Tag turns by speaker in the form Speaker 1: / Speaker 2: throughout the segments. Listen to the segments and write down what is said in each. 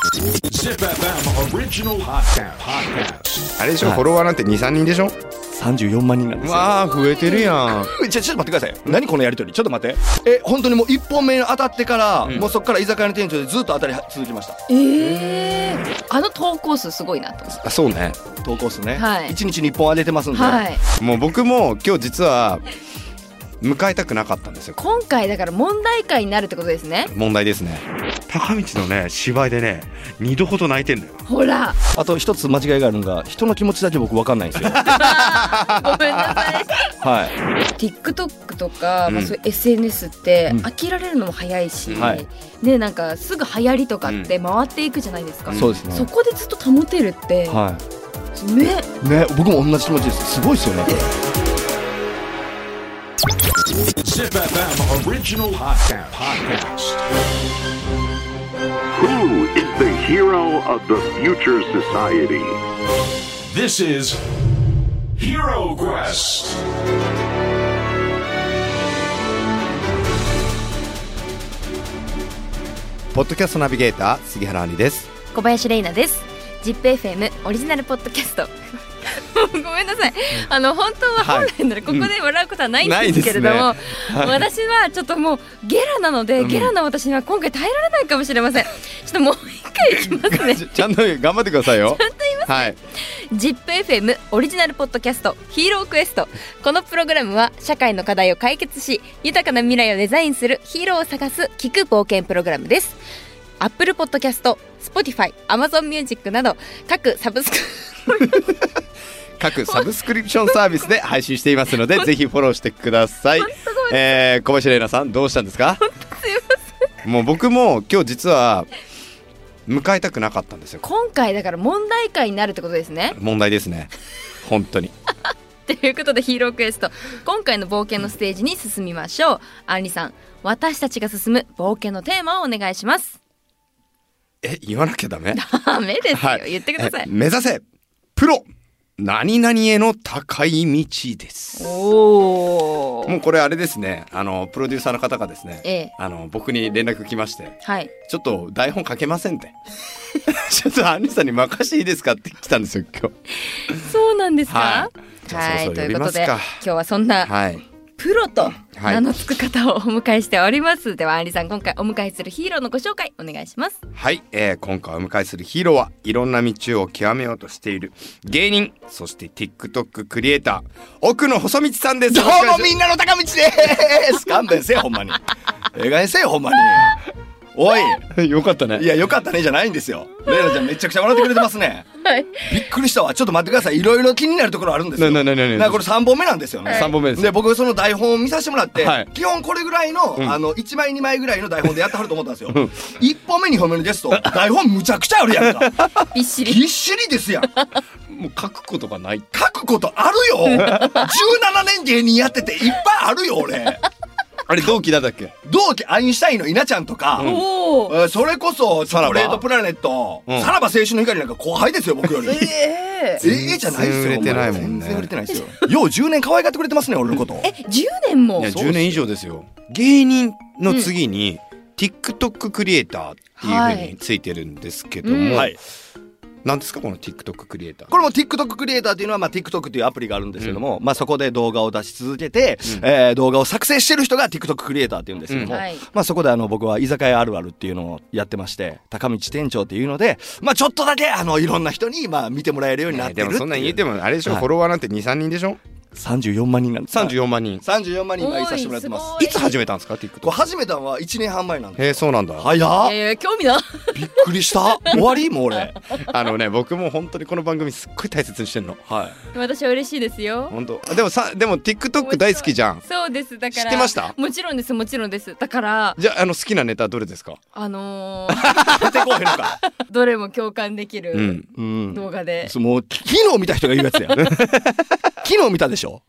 Speaker 1: Zip FM original podcast. podcast.
Speaker 2: あれでしょ、
Speaker 3: はい
Speaker 2: フォロワーなんて23人でしょ
Speaker 3: 34万人なんですよ
Speaker 2: わあ増えてるやん
Speaker 3: じゃちょっと待ってください何このやりとりちょっと待ってえ本当にもう1本目当たってから、もうそこから居酒屋の店長でずっと当たり続きました
Speaker 4: ええあの投稿数すごいなと思って。
Speaker 2: あそうね
Speaker 3: 投稿数ね、
Speaker 4: はい
Speaker 3: 一1日に1本上げてますんで、
Speaker 4: はい。
Speaker 2: もう僕も今日実は迎えたくなかったんですよ
Speaker 4: 今回だから問題会になるってことですね。
Speaker 2: 問題ですね
Speaker 5: 高道のね芝居でね二度ほど泣いてんのよ
Speaker 4: ほ ら。
Speaker 3: あと一つ間違いがあるのが人の気持ちだけ僕分かんないんです よ
Speaker 4: ごめんなさい。
Speaker 3: はい
Speaker 4: TikTok とか、ま
Speaker 2: う
Speaker 4: あ、
Speaker 2: ん
Speaker 4: そういう SNS って
Speaker 3: うん
Speaker 4: 飽きられるのも早いし、
Speaker 3: はい
Speaker 4: ねなんかすぐ流行りとかって回っていくじゃないですか、
Speaker 2: うん
Speaker 3: そうですね
Speaker 4: そこでずっと保てるって、
Speaker 3: は
Speaker 4: ね
Speaker 3: いね僕も同じ気持ちですすごいですよ ねこれ
Speaker 1: Zip FM original podcast. podcast.
Speaker 6: Who is the hero of the future society?
Speaker 1: This is Hero Quest.
Speaker 2: ポッドキャストナビゲーター杉原杏里です
Speaker 4: 小林玲奈です ZIPFM オリジナルポッドキャスト ごめんなさいあの本当は
Speaker 2: はい
Speaker 4: 本来ならここで笑うことはないんですけれども、
Speaker 2: ない
Speaker 4: 私はちょっともうゲラなので、ゲラな私には今回耐えられないかもしれませんちょっともう一回いきます ね
Speaker 2: ちちゃんと頑張ってくださいよちゃんと言います、はい
Speaker 4: ZIPFM オリジナルポッドキャスト「ヒーロークエスト」このプログラムは社会の課題を解決し豊かな未来をデザインするヒーローを探す聞く冒険プログラムですアップルポッドキャスト Spotify、Amazon Music など各サブスク
Speaker 2: 各サブスクリプションサービスで配信していますのでぜひフォローしてくださいえー、小林玲奈さんどうしたんですかもう僕も今日実は迎えたくなかったんですよ
Speaker 4: 今回だから問題会になるってことですね
Speaker 2: 問題ですね本当に
Speaker 4: ということでヒーロークエスト今回の冒険のステージに進みましょうあんりさん私たちが進む冒険のテーマをお願いします
Speaker 2: え言わなきゃダメ
Speaker 4: ダメですよ、
Speaker 2: はい
Speaker 4: 言ってくださ
Speaker 2: え
Speaker 4: い
Speaker 2: 目指せプロ何々への高い道です
Speaker 4: お
Speaker 2: も
Speaker 4: お
Speaker 2: うこれあれですねあのプロデューサーの方がですね、
Speaker 4: ええ
Speaker 2: あの僕に連絡来まして
Speaker 4: はい
Speaker 2: ちょっと台本書けませんって ちょっとアンリさんに任していいですかって来たんですよ今日
Speaker 4: そうなんです
Speaker 2: は
Speaker 4: か。
Speaker 2: いじゃあそろそろ
Speaker 4: と
Speaker 2: 呼
Speaker 4: い
Speaker 2: び
Speaker 4: うこ
Speaker 2: ま
Speaker 4: と
Speaker 2: す
Speaker 4: で、
Speaker 2: か
Speaker 4: 今日はそんな
Speaker 2: はい
Speaker 4: プロと
Speaker 2: はい
Speaker 4: 名の付く方をお迎えしております。では、あんりさん、今回お迎えするヒーローのご紹介お願いします。
Speaker 2: はい、えー今回お迎えするヒーローはいろんな道を極めようとしている芸人そして TikTok クリエイター奥野細道さんです
Speaker 3: ど
Speaker 2: よろしくお願
Speaker 3: う
Speaker 2: い
Speaker 3: もみ
Speaker 2: します
Speaker 3: んなの高道です 勘弁せえほんまにええがえせえほんまにおい
Speaker 2: よかったね
Speaker 3: いやよかったねじゃないんですよレイラちゃんめちゃくちゃ笑ってくれてますね
Speaker 4: はい。
Speaker 3: びっくりしたわちょっと待ってくださいいろいろ気になるところあるんですよ
Speaker 2: ななななな
Speaker 3: なこれ3本目なんですよね
Speaker 2: 三本目です
Speaker 3: で僕その台本を見させてもらって、
Speaker 2: はい
Speaker 3: 基本これぐらいの,、あの1枚2枚ぐらいの台本でやってはると思ったんですよ、一1本目2本目のゲスト台本むちゃくちゃあるやん か
Speaker 4: びっしり。
Speaker 3: ぎっしりですやん
Speaker 2: もう書くことがない
Speaker 3: 書くことあるよ17年芸人やってていっぱいあるよ俺
Speaker 2: あれ同期だだっけ
Speaker 3: 同期アインシュタインの稲ちゃんとか、
Speaker 4: おお。
Speaker 3: えーそれこそチョコレー
Speaker 2: さらば
Speaker 3: トプラネット、
Speaker 2: うん
Speaker 3: さらば青春の光なんか後輩ですよ 僕よりえ
Speaker 4: ええ。
Speaker 3: えじゃないですよ
Speaker 2: 全然売れてないもんね
Speaker 3: 全然売れてないですよよう10年可愛がってくれてますね俺のこと
Speaker 4: え、十年も
Speaker 2: いや。10年以上ですよ芸人の次に、TikTok クリエイターっていうふうについてるんですけども、
Speaker 4: うん
Speaker 3: はい
Speaker 2: なんですかこの TikTok クリエイター
Speaker 3: これも TikTok クリエイターっていうのは、まあ、TikTok っていうアプリがあるんですけども、まあ、そこで動画を出し続けて、えー動画を作成してる人が TikTok クリエイターっていうんですけども、
Speaker 4: うんはい
Speaker 3: まあ、そこであの僕は居酒屋あるあるっていうのをやってまして高道店長っていうので、まあ、ちょっとだけあのいろんな人にまあ見てもらえるようになっ
Speaker 2: ね
Speaker 3: て
Speaker 2: で
Speaker 3: るっていう、
Speaker 2: もそんなん言えてもあれでしょ、
Speaker 3: はい
Speaker 2: フォロワーなんて23人でしょ
Speaker 3: 34万人なんです
Speaker 2: 34万人、
Speaker 3: 34万人今いさせてもらってます
Speaker 4: お
Speaker 2: い、つ始めたんですか
Speaker 3: これ
Speaker 2: TikTok
Speaker 3: 始めたのは1年半前なんです
Speaker 2: へえそうなんだ、
Speaker 3: 早っ
Speaker 4: いやいや、興味な。
Speaker 3: びっくりした終わりもう俺
Speaker 2: あのね僕も本当にこの番組すっごい大切にしてんの
Speaker 3: はい
Speaker 4: 私は嬉しいですよ。
Speaker 2: 本当あでもさでも TikTok 大好きじゃん
Speaker 4: そうです。だから。
Speaker 2: 知ってました
Speaker 4: もちろんです。もちろんです。だから、
Speaker 2: じゃああの好きなネタどれですか
Speaker 4: あのー、
Speaker 3: 出てこへんのか
Speaker 4: どれも共感でき
Speaker 2: う
Speaker 4: る
Speaker 2: ん
Speaker 3: うん
Speaker 4: 動画で。
Speaker 3: もう昨日見た人が言うや つや昨日見たでしょ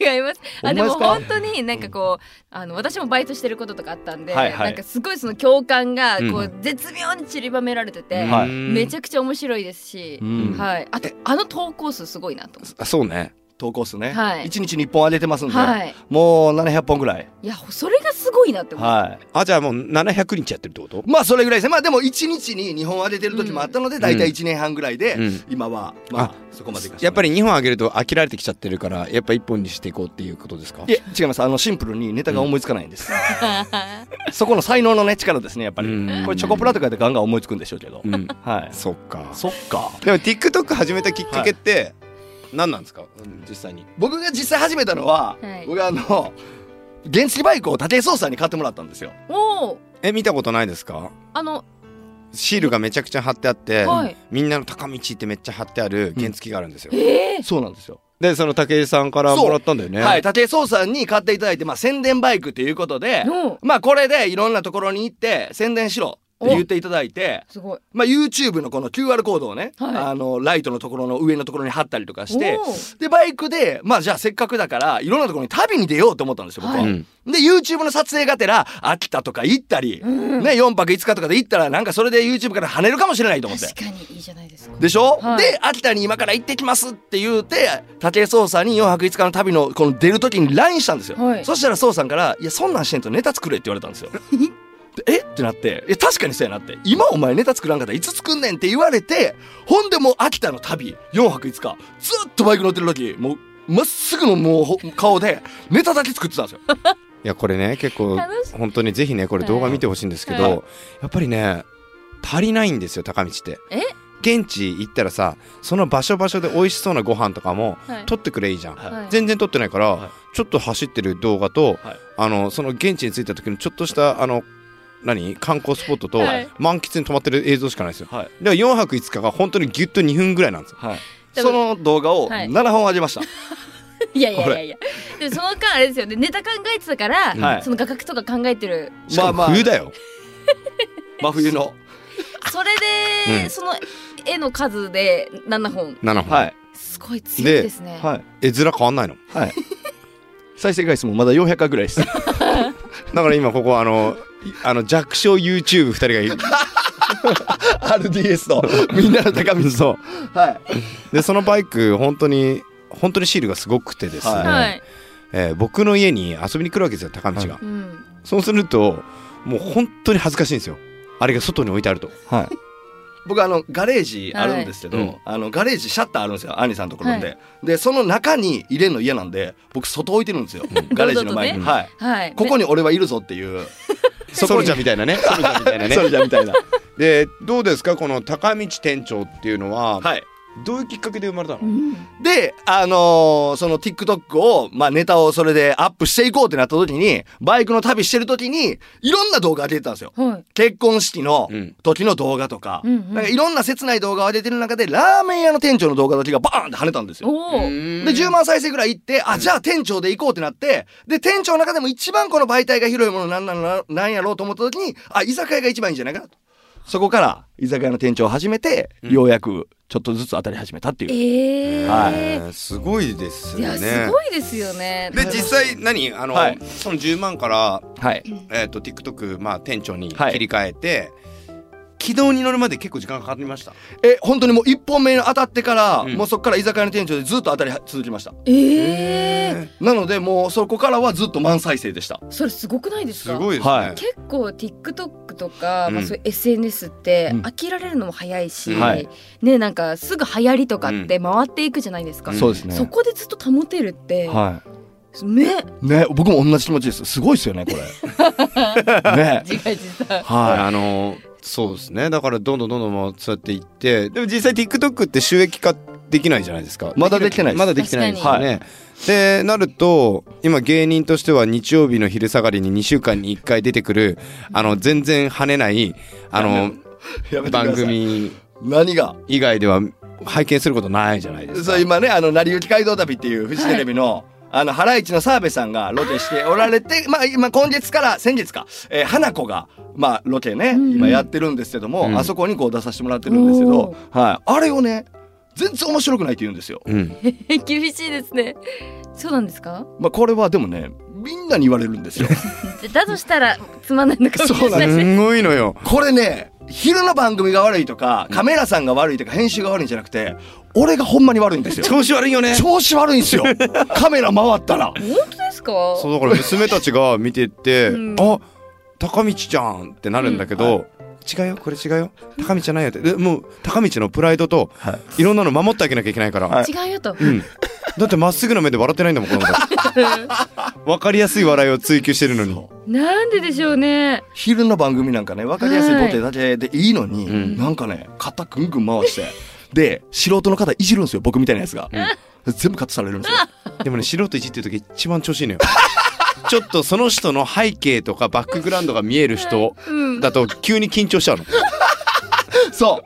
Speaker 4: 違います。
Speaker 3: ほ
Speaker 4: あ
Speaker 3: んまで
Speaker 4: でも
Speaker 3: すか
Speaker 4: 本当になんかこう、あの私もバイトしてることとかあったんで、
Speaker 3: はいはい
Speaker 4: なんかすごいその共感がこう、
Speaker 2: う
Speaker 4: 絶妙に散りばめられてて、
Speaker 3: はい
Speaker 2: うん
Speaker 4: めちゃくちゃ面白いですし、
Speaker 3: うん
Speaker 4: はい。あとあの投稿数すごいなと思って。
Speaker 2: あそうね
Speaker 3: 投稿数ね、
Speaker 4: はい
Speaker 3: 一日に1本上げてますんで、
Speaker 4: はい
Speaker 3: もう700本ぐらい、
Speaker 4: いやそれがすごいなって思う、
Speaker 3: は
Speaker 2: あじゃあもう700日やってるってこと
Speaker 3: い、まあそれぐらいですねまあでも1日に2本上げてる時もあったので、大体1年半ぐらいで、
Speaker 2: うん
Speaker 3: 今はまあ
Speaker 2: あ
Speaker 3: そこまでいかせて
Speaker 2: やっぱり2本あげると飽きられてきちゃってるからやっぱ1本にしていこうっていうことですか
Speaker 3: いや違いますあのシンプルにネタが思いつかないんです、そこの才能のね力ですねやっぱり、
Speaker 2: うん
Speaker 3: これチョコプラとかでガンガン思いつくんでしょうけど、
Speaker 2: うん
Speaker 3: はい
Speaker 2: そっか
Speaker 3: そっか
Speaker 2: でも TikTok 始めたきっかけって何なんですか、うん実際に
Speaker 3: 僕が実際始めたのは、
Speaker 4: はい
Speaker 3: 僕あの原付バイクを武井壮さんに買ってもらったんですよ
Speaker 4: おお
Speaker 2: え見たことないですか
Speaker 4: あの
Speaker 2: シールがめちゃくちゃ貼ってあって、
Speaker 4: はい
Speaker 2: みんなの高道ってめっちゃ貼ってある原付があるんですよ、
Speaker 4: ええ
Speaker 3: そうなんですよ
Speaker 2: でその武井さんから
Speaker 3: そう
Speaker 2: もらったんだよね
Speaker 3: はい、武井壮さんに買っていただいて、まあ、宣伝バイクということで、
Speaker 4: の
Speaker 3: まあ、これでいろんなところに行って宣伝しろって言っていただいて、
Speaker 4: すごい
Speaker 3: まあ、YouTube のこの QR コードをね、
Speaker 4: はい
Speaker 3: あのライトのところの上のところに貼ったりとかして
Speaker 4: お
Speaker 3: でバイクで、まあ、じゃあせっかくだからいろんなところに旅に出ようと思ったんですよ僕は。
Speaker 2: う
Speaker 4: は
Speaker 2: ん
Speaker 3: で YouTube の撮影がてら秋田とか行ったり、ね、4泊5日とかで行ったらなんかそれで YouTube から跳ねるかもしれないと思って
Speaker 4: 確。かにいいじゃないですか
Speaker 3: でしょ、
Speaker 4: はい
Speaker 3: で秋田に今から行ってきますって言うて武井壮さんに4泊5日の旅のこの出る時に LINE したんですよ、
Speaker 4: はい
Speaker 3: そしたら壮さんから「いやそんなんしてんとネタ作れ」って言われたんです よ。でえってなって「いや確かにそうやな」って「今お前ネタ作らんかったらいつ作んねん」って言われてほんでもう秋田の旅4泊5日ずっとバイク乗ってる時もうまっすぐのもうほ顔でネタだけ作ってたん ですよ。
Speaker 2: いやこれね結構
Speaker 4: 楽しい
Speaker 2: 本当にぜひねこれ動画見てほしいんですけど、
Speaker 4: はい
Speaker 2: やっぱりね足りないんですよ高道って
Speaker 4: え
Speaker 2: 現地行ったらさその場所場所で美味しそうなご飯とかも
Speaker 4: はい
Speaker 2: 撮ってくれいいじゃん、
Speaker 4: はい
Speaker 2: 全然撮ってないから、
Speaker 3: はい
Speaker 2: ちょっと走ってる動画と、
Speaker 3: はい
Speaker 2: あのその現地に着いた時のちょっとしたあの何観光スポットと
Speaker 4: はい
Speaker 2: 満喫に泊まってる映像しかないですよ、
Speaker 3: はい
Speaker 2: で4泊5日が本当にギュッと2分ぐらいなんですよ
Speaker 3: はい、
Speaker 4: でも
Speaker 3: その動画を
Speaker 4: はい
Speaker 3: 7本あげました、
Speaker 4: いやいやいやいやでもその間あれですよねネタ考えてたから、
Speaker 3: はい
Speaker 4: その画角とか考えてる
Speaker 2: しかも
Speaker 3: まあまあ
Speaker 2: 冬だよ、
Speaker 3: 真冬の、
Speaker 4: それで、
Speaker 2: うん
Speaker 4: その絵の数で7本
Speaker 2: 7本、
Speaker 3: はい
Speaker 4: すごい強いですね
Speaker 3: はい
Speaker 2: 絵面変わんないの
Speaker 3: はい。再生回数もまだ400回ぐ らいです。
Speaker 2: だから今ここあのいあの弱小 YouTube2 人がいる
Speaker 3: RDS と、みんなの高道と。は
Speaker 2: でそのバイク本当に本当にシールがすごくてですね、
Speaker 3: はい
Speaker 4: はい
Speaker 2: えー僕の家に遊びに来るわけですよ高道が、
Speaker 4: うん
Speaker 2: そうするともう本当に恥ずかしいんですよあれが外に置いてあると
Speaker 3: い。はい。僕あのガレージあるんですけど、
Speaker 2: はいうん
Speaker 3: あのガレージシャッターあるんですよ兄さんのところで、
Speaker 4: は
Speaker 3: でその中に入れるの嫌なんで僕外置いてるんですよ、ガレージの前に、
Speaker 4: 堂々とね
Speaker 3: はい
Speaker 4: はい
Speaker 3: ここに俺はいるぞっていう
Speaker 2: ソルジャーみたいなねソルジャーみたいなね
Speaker 3: それじゃみたいな
Speaker 2: でどうですかこの高道店長っていうのは、
Speaker 3: はい
Speaker 2: どういうきっかけで生まれたの、
Speaker 3: であのーその TikTok を、まあ、ネタをそれでアップしていこうってなった時にバイクの旅してる時にいろんな動画上げてたんですよ、
Speaker 4: はい
Speaker 3: 結婚式の
Speaker 2: うん
Speaker 3: 時の動画とか、
Speaker 4: うんうん
Speaker 3: なんかいろんな切ない動画を出てる中で、ラーメン屋の店長の動画だけがバーンって跳ねたんですよ。
Speaker 4: おお
Speaker 3: で、10万再生ぐらいいって、あ、じゃあ店長で行こうってなって、で、店長の中でも一番この媒体が広いものなんなのななんやろうと思った時に、あ、居酒屋が一番いいんじゃないかなと。そこから、居酒屋の店長を始めて、ようやくちょっとずつ当たり始めたっていう。
Speaker 4: ええ
Speaker 3: はい
Speaker 2: えーすごいです
Speaker 4: い
Speaker 2: よ
Speaker 4: や
Speaker 2: ね
Speaker 4: すごいですよね
Speaker 2: で実際何あの、
Speaker 3: はい
Speaker 2: その10万から、
Speaker 3: はい。
Speaker 2: えー、と TikTok、まあ、店長に
Speaker 3: はい
Speaker 2: 切り替えて、軌道に乗るまで結構時間かかりました
Speaker 3: え、本当にもう一本目の当たってから、
Speaker 2: うん
Speaker 3: もうそこから居酒屋の店長でずっと当たりは続きました。
Speaker 4: ええ
Speaker 3: なので、もうそこからはずっと満再生でした。
Speaker 4: それすごくないです
Speaker 2: す
Speaker 4: か
Speaker 2: ごいですね、
Speaker 3: はい
Speaker 4: 結構 TikTok とか、ま
Speaker 2: う
Speaker 4: あ、
Speaker 2: ん
Speaker 4: そういう SNS って
Speaker 3: うん
Speaker 4: 飽きられるのも早いし、
Speaker 3: はい
Speaker 4: ねなんかすぐ流行りとかって回っていくじゃないですか、
Speaker 2: うん
Speaker 3: そうですね。
Speaker 4: そこでずっと保てるって、
Speaker 3: はい。
Speaker 4: ね
Speaker 3: ね、僕も同じ気持ちです。すごいですよね、これ。 ね。
Speaker 4: 自画自賛
Speaker 2: はい、
Speaker 3: は
Speaker 2: あのそうですねだからどんどんどんどんもうそうやっていってでも実際 TikTok って収益化できないじゃないですか
Speaker 3: まだできてないです
Speaker 2: まだできてないですよ
Speaker 3: 確か
Speaker 2: ね、でなると今芸人としては日曜日の昼下がりに2週間に1回出てくるあの全然跳ねないあの
Speaker 3: い。やめてください
Speaker 2: 番。組
Speaker 3: 何が
Speaker 2: 以外では拝見することないじゃないです
Speaker 3: そ
Speaker 2: か
Speaker 3: う、今ね、あの、成り行き街道旅っていうフジテレビの、あの、ハライチの澤部さんがロケしておられて、まあ、今、今月から、先月か、えー花子が、まあ、ロケね、今やってるんですけども、
Speaker 2: うん
Speaker 3: あそこにこう出させてもらってるんですけど
Speaker 4: お、
Speaker 3: はい。あれをね、全然面白くないって言うんですよ。
Speaker 2: うん、
Speaker 4: 厳しいですねそうなんですか
Speaker 3: まあ、これはでもね、みんなに言われるんですよ。
Speaker 4: だとしたらつまんないのかもしれないです
Speaker 2: す
Speaker 4: ね
Speaker 2: ごいのよ
Speaker 3: これね昼の番組が悪いとかカメラさんが悪いとか編集が悪いんじゃなくて俺がほんまに悪いんです よ
Speaker 2: 調子悪いよね
Speaker 3: 調子悪いんですよ カメラ回ったら
Speaker 4: 本当ですか
Speaker 2: そうだから娘たちが見 てて「
Speaker 4: うん
Speaker 2: あ高道ちゃん」ってなるんだけど、違うよこれ違うよ高道じゃないよってでもう高道のプライドといろんなの守ってあげなきゃいけないから、
Speaker 3: はい
Speaker 4: 違うよと、
Speaker 2: うん、だってまっすぐな目で笑ってないんだもんこの子 わかりやすい笑いを追求してるのに
Speaker 4: なんででしょうね
Speaker 3: 昼の番組なんかね分かりやすいボケだけでいいのに、
Speaker 2: うん
Speaker 3: なんかね肩ぐんぐん回してで素人の方いじるんですよ僕みたいなやつが、全部カットされるんですよ
Speaker 2: でもね素人いじってる時一番調子いいのよちょっとその人の背景とかバックグラウンドが見える人
Speaker 4: うん
Speaker 2: だと急に緊張しちゃうの
Speaker 3: そ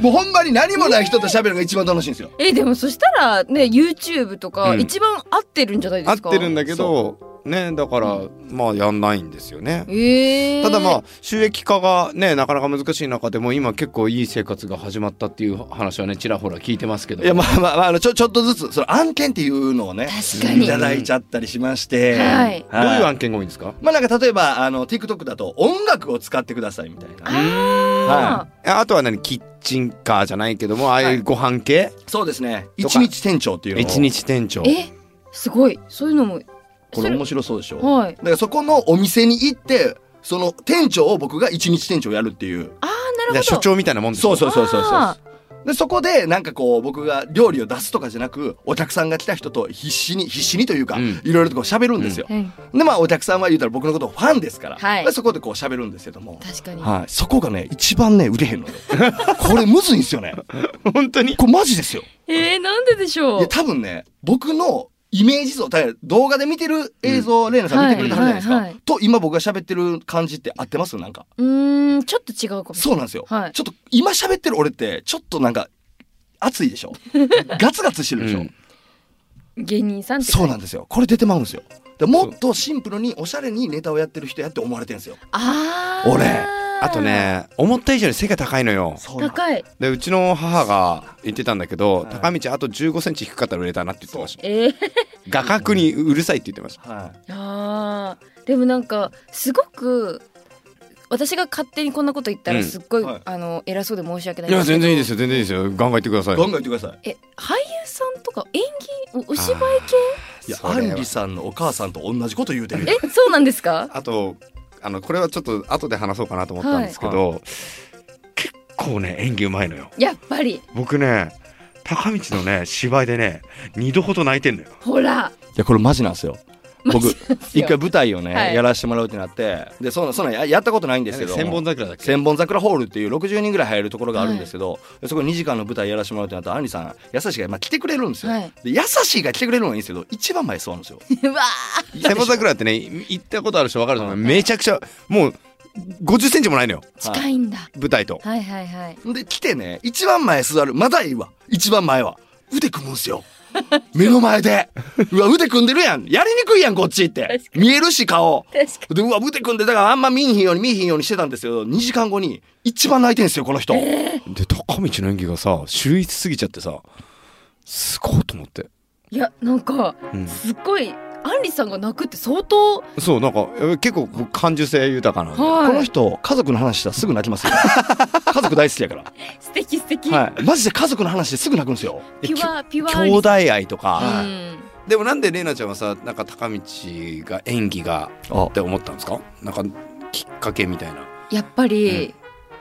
Speaker 3: うもうほんまに何もない人と喋るのが一番楽しいんですよ、
Speaker 4: えでもそしたらね YouTube とか
Speaker 2: うん
Speaker 4: 一番合ってるんじゃないで
Speaker 2: 合っ
Speaker 4: すか、
Speaker 2: てるんだけどねだから、まあやんないんですよね
Speaker 4: えー、
Speaker 2: ただまあ収益化がねなかなか難しい中でも今結構いい生活が始まったっていう話はねちらほら聞いてますけど
Speaker 3: いやまあまあ,、まあ、あのちょちょっとずつその案件っていうのをね
Speaker 4: 確かに
Speaker 3: いただいちゃったりしまして、
Speaker 4: はい
Speaker 2: どういう案件が多いんですか
Speaker 3: まあなんか例えばあの TikTok だと音楽を使ってくださいみたいなは
Speaker 4: あ
Speaker 2: あとは何キッチンカーじゃないけどもああいうご飯系
Speaker 3: そうですね
Speaker 2: と
Speaker 3: 一
Speaker 2: か
Speaker 3: 日店長っていうのを
Speaker 2: 一日店長
Speaker 4: ーえすごいそういうのも
Speaker 3: これ面白そうでしょ
Speaker 4: はい
Speaker 3: だからそこのお店に行ってその店長を僕が一日店長やるっていう
Speaker 4: ああなるほど
Speaker 2: 所長みたいなもんです
Speaker 3: そうそうそうそうそう
Speaker 4: あ
Speaker 3: でそこでなんかこう僕が料理を出すとかじゃなくお客さんが来た人と必死に必死にというか、
Speaker 2: うん
Speaker 3: いろいろとこう喋るんですよ、
Speaker 4: うん
Speaker 3: でまあお客さんは言うたら僕のことをファンですから、
Speaker 4: はい
Speaker 3: でそこでこう喋るんですけども、
Speaker 4: 確かに、
Speaker 3: はい、そこがね一番ね売れへんのよこれむずいんですよね
Speaker 2: 本当に
Speaker 3: これマジですよ
Speaker 4: えー、なんででしょ
Speaker 3: いうや多分ね僕のイメージ像だから動画で見てる映像をレイナさん見てくれたじゃないですか、
Speaker 4: はいはいはい
Speaker 3: と今僕が喋ってる感じって合ってますなんか
Speaker 4: うーんちょっと違うかも
Speaker 3: そうなんですよ、
Speaker 4: はい
Speaker 3: ちょっと今喋ってる俺ってちょっとなんか熱いでしょガツガツしてるでしょ、
Speaker 2: うん
Speaker 4: 芸人さんって
Speaker 3: そうなんですよこれ出てまうんですよでもっとシンプルにおしゃれにネタをやってる人やって思われてるんですよ
Speaker 4: あー
Speaker 3: 俺
Speaker 2: あとね思った以上に背が高いのよ
Speaker 3: そうなん
Speaker 4: 高い
Speaker 2: でうちの母が言ってたんだけど高道あと1 5センチ低かったら売れたなって言ってました
Speaker 4: えー、
Speaker 2: 画角にうるさいって言ってました
Speaker 3: はい
Speaker 4: あーでもなんかすごく私が勝手にこんなこと言った
Speaker 2: う
Speaker 4: ら
Speaker 2: ん
Speaker 4: すっごい、
Speaker 3: はい
Speaker 4: あの偉そうで申し訳ない
Speaker 2: いや全然いいです
Speaker 4: よ
Speaker 2: よ全然いいですよガンガン言ってください
Speaker 3: ガンガン言ってください
Speaker 4: え俳優さんとか演技おお芝居系
Speaker 3: いや
Speaker 2: それは
Speaker 3: アンリさんのお母さんと同じこと言うてる
Speaker 4: えそうなんですか
Speaker 2: あとあのこれはちょっと後で話そうかなと思ったんですけど、
Speaker 5: 結構ね演技うまいのよ
Speaker 4: やっぱり
Speaker 5: 僕ね高道のね芝居でね二度ほど泣いてんのよ
Speaker 4: ほら
Speaker 3: いやこれマジなんですよ僕一回舞台をね、
Speaker 4: はい
Speaker 3: やらせてもらうってなってでそんなそんなややったことないんですけど
Speaker 2: 千本桜だっけ
Speaker 3: 千本桜ホールっていう60人ぐらい入るところがあるんですけど、そこ2時間の舞台やらせてもらうってなったらアンリさん優しいが、まあ、来てくれるんですよ、
Speaker 4: はい
Speaker 3: で優しいが来てくれるのはいいんですけど一番前座るんですよ
Speaker 4: うわ
Speaker 2: 千本桜ってね行ったことある人分かると思うめちゃくちゃもう5 0ンチもないのよ
Speaker 4: ー近いんだ
Speaker 2: 舞台と
Speaker 4: はいはいはい
Speaker 3: で来てね一番前座るまだいいわ一番前は腕組むんす よ目の前でうわ腕組んでるやんやりにくいやんこっちって見えるし顔
Speaker 4: 確か
Speaker 3: でうわ腕組んでだからあんま見んひんように見んひんようにしてたんですけど2時間後に一番泣いてんすよこの人、
Speaker 2: で高道の演技がさ秀逸すぎちゃってさすごいと思って
Speaker 4: にいやなんか
Speaker 2: うん
Speaker 4: すっごいアンリさんが泣くって相当はい
Speaker 2: そうなんかえ結構感受性豊かなんで
Speaker 3: この人家族の話したらすぐ泣き ますよ家族大好きやから
Speaker 4: 素敵素敵、
Speaker 3: はい、マジで家族の話ですぐ泣くんですよ。
Speaker 4: ピュアピュアアン
Speaker 2: 兄
Speaker 4: リ
Speaker 2: 弟愛とか、
Speaker 4: さんうん
Speaker 2: でもなんで玲奈ちゃんはさなんか高道が演技が
Speaker 3: あ
Speaker 2: って思ったんですかなんかきっかけみたいな
Speaker 4: やっぱり、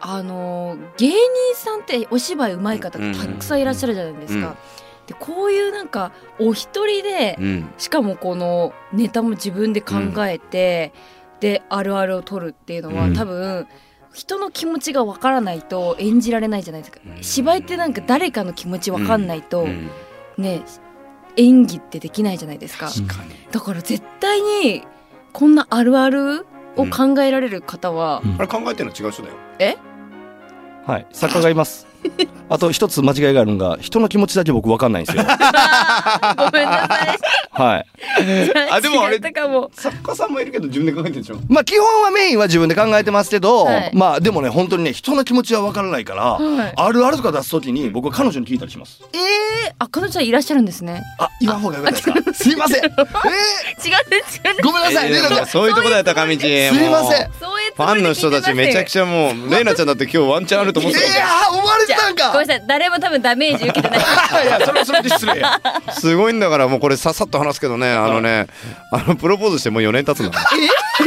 Speaker 4: あの芸人さんってお芝居うまい方たくさんいらっしゃるじゃないですか。
Speaker 2: うん
Speaker 4: でこういうなんかお一人で、
Speaker 2: うん
Speaker 4: しかもこのネタも自分で考えて、であるあるを取るっていうのは、
Speaker 2: うん
Speaker 4: 多分人の気持ちがわからないと演じられないじゃないですか。
Speaker 2: うん
Speaker 4: 芝居ってなんか誰かの気持ちわかんないと、
Speaker 2: うん
Speaker 4: ね演技ってできないじゃないですか。
Speaker 2: 確かに
Speaker 4: だから絶対にこんなあるあるを考えられる方は、
Speaker 3: うん
Speaker 2: あれ考えてるの違う人だよ
Speaker 3: はい、作家がい ます。あと一つ間違いがあるのが人の気持ちだけ僕わかんないんです よ。
Speaker 4: ごめんなさい。
Speaker 3: はい。
Speaker 2: あでもあれ
Speaker 4: 違ったかも。
Speaker 2: 作家さんもいるけど自分で考えてるでしょ
Speaker 3: まあ基本はメインは自分で考えてますけど、
Speaker 4: はい
Speaker 3: まあでもね本当にね人の気持ちはわからないから、
Speaker 4: はい
Speaker 3: あるあるとか出すときに僕は彼女に聞いたりします。
Speaker 4: ええあ、彼女はいらっしゃるんですね。
Speaker 3: あ言わん方がよかったですか。すいませ ん。えー、
Speaker 4: 違う、違う。
Speaker 3: ごめんなさい。レイナさん。す
Speaker 2: そういうとこだよ高道
Speaker 3: い
Speaker 2: す
Speaker 3: ません。
Speaker 4: そういうつ
Speaker 2: フ
Speaker 4: も
Speaker 2: ァ
Speaker 4: り
Speaker 2: ン
Speaker 4: で
Speaker 2: の
Speaker 4: 聞
Speaker 2: 人た
Speaker 4: いてませ
Speaker 2: ち
Speaker 4: ん
Speaker 2: めちゃくちゃもう玲奈ちゃんだって今日ワンチャンあると
Speaker 3: い
Speaker 2: 思って
Speaker 3: やー思われてたんか。
Speaker 4: めんなさい誰も多分ダメージ受けて ない
Speaker 3: いやそれはそれで失礼や
Speaker 2: すごいんだからもうこれささっと話すけどねあのねあのプロポーズしてもう4年経つの、
Speaker 3: そう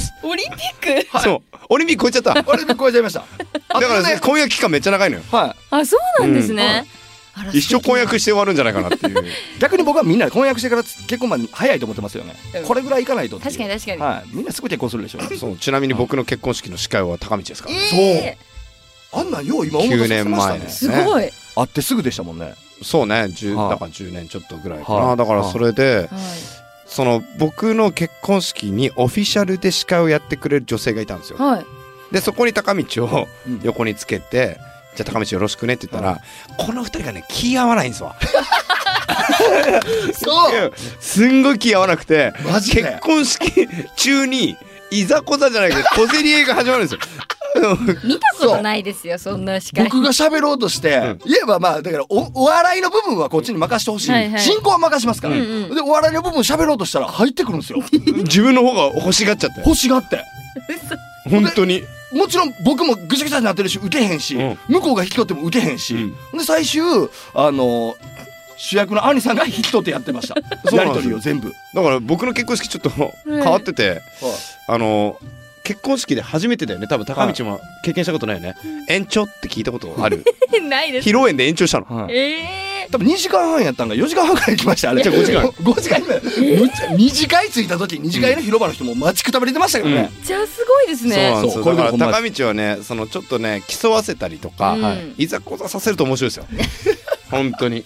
Speaker 3: です
Speaker 4: オリンピック
Speaker 2: そうオリンピック超えちゃっただか
Speaker 3: 俺も超えちゃい ましたあと
Speaker 2: ら、
Speaker 3: ね
Speaker 2: ね、婚約期間めっちゃ長いのよ
Speaker 3: は
Speaker 4: あそうなんですね、あら
Speaker 2: 一生婚約して終わるんじゃないかなっていう
Speaker 3: い逆に僕はみんな婚約してから結婚まで早いと思ってますよね
Speaker 4: うん
Speaker 3: これぐらいいかないとっていう
Speaker 4: 確かに確かに
Speaker 3: はいみんなすぐ結婚するでしょ
Speaker 2: そうちなみに僕の結婚式の司会は高道ですから
Speaker 4: え
Speaker 3: あんなんよう今思い出させました
Speaker 2: 9年前
Speaker 3: ね
Speaker 2: です
Speaker 4: ー、すごい、はい
Speaker 3: 会ってすぐでしたもんね
Speaker 2: そうね10
Speaker 3: はい
Speaker 2: だから10年ちょっとぐらいか
Speaker 3: は
Speaker 2: ないだからそれでその僕の結婚式にオフィシャルで司会をやってくれる女性がいたんですよ
Speaker 4: はい
Speaker 2: でそこに高道を
Speaker 3: うん
Speaker 2: 横につけて「じゃあ高道よろしくね」って言ったらこの二人がね気合わないんですわ
Speaker 3: そう
Speaker 2: すんごい気合わなくて
Speaker 3: マジで
Speaker 2: 結婚式中にいざこざじゃないけど小競り合いが始まるん ですよ
Speaker 4: 見たことないですよそんな司会
Speaker 3: 僕が喋ろうとして、言えばまあだからおお笑いの部分はこっちに任してほしい、
Speaker 4: はいはい
Speaker 3: 進行は任しますから、
Speaker 4: うんうん
Speaker 3: でお笑いの部分喋ろうとしたら入ってくるんですよ
Speaker 2: 自分の方が欲しがっちゃって
Speaker 3: 欲しがって
Speaker 2: 本当に
Speaker 3: もちろん僕もぐちゃぐちゃになってるし受けへんし、
Speaker 5: うん
Speaker 3: 向こうが引き取っても受けへんし、で最終あの主役の兄さんが引き取ってやってました
Speaker 2: そう
Speaker 3: や
Speaker 2: なんです
Speaker 3: り取り
Speaker 2: よ
Speaker 3: を全部
Speaker 2: だから僕の結婚式ちょっと変わってて、あの結婚式で初めてだよね多分高道も経験したことないよね、延長って聞いたことある
Speaker 4: ないです
Speaker 2: 披露宴で延長したの
Speaker 3: はい
Speaker 4: え
Speaker 3: 多分2時間半やったんが4時間半から行きましたあれ
Speaker 2: じゃあ5時間
Speaker 3: 5時間むっちゃ2次会着いた時2次会の広場の人も待ちくたびれてましたけどね、
Speaker 4: ー、じゃあすごいです
Speaker 2: そうな
Speaker 4: ね
Speaker 2: んです
Speaker 3: そう
Speaker 2: よ
Speaker 3: これ
Speaker 2: だ
Speaker 3: で
Speaker 2: か
Speaker 3: も
Speaker 2: ら
Speaker 3: ほんま
Speaker 2: 高道はねそのちょっとね競わせたりとか、
Speaker 4: うん
Speaker 2: はいいざこざさせると面白いですよ本当に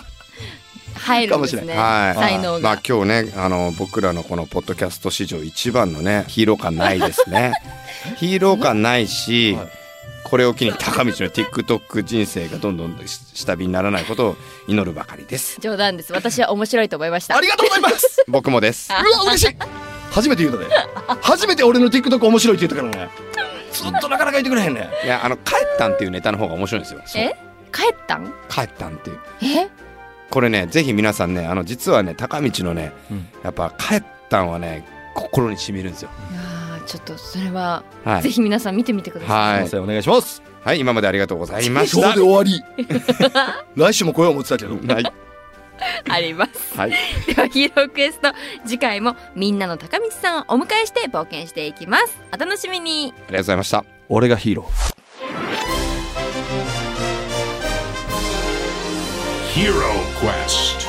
Speaker 4: 入るんですね
Speaker 2: はい
Speaker 4: 才能
Speaker 2: ま
Speaker 4: が、
Speaker 2: あ今日ねあの僕らのこのポッドキャスト史上一番のねヒーロー感ないです ねヒーロー感ないし、
Speaker 3: はい
Speaker 2: これを機に高道の TikTok 人生がどんどん下火にならないことを祈るばかりです
Speaker 4: 冗談です私は面白いと思いました
Speaker 3: ありがとうございます
Speaker 2: 僕もです
Speaker 3: うわ嬉しい初めて言うたで初めて俺の TikTok 面白いって言ったからねずっとなかなか言ってくれへんね
Speaker 2: いやあの「帰ったん」っていうネタの方が面白いんですよ
Speaker 4: え帰ったん
Speaker 2: 帰ったんっていう
Speaker 4: え
Speaker 2: これねぜひ皆さんねあの実はね高道のね、
Speaker 3: うん
Speaker 2: やっぱ帰ったんはね心にしみるんですよ
Speaker 4: いやーちょっとそれは、
Speaker 2: はい
Speaker 4: ぜひ皆さん見てみてくださ
Speaker 3: す
Speaker 2: は
Speaker 4: い
Speaker 3: いませんお願いします
Speaker 2: い、はい、今までありがとうございまし
Speaker 3: 今
Speaker 2: た
Speaker 3: 日で終わ り来週も声を持ってたけど
Speaker 2: はい
Speaker 4: あります。
Speaker 2: はい
Speaker 4: ではヒーロークエスト次回もみんなの高道さんをお迎えして冒険していきます。お楽しみに。
Speaker 2: ありがとうございました
Speaker 3: 俺がヒーロー
Speaker 1: Hero Quest.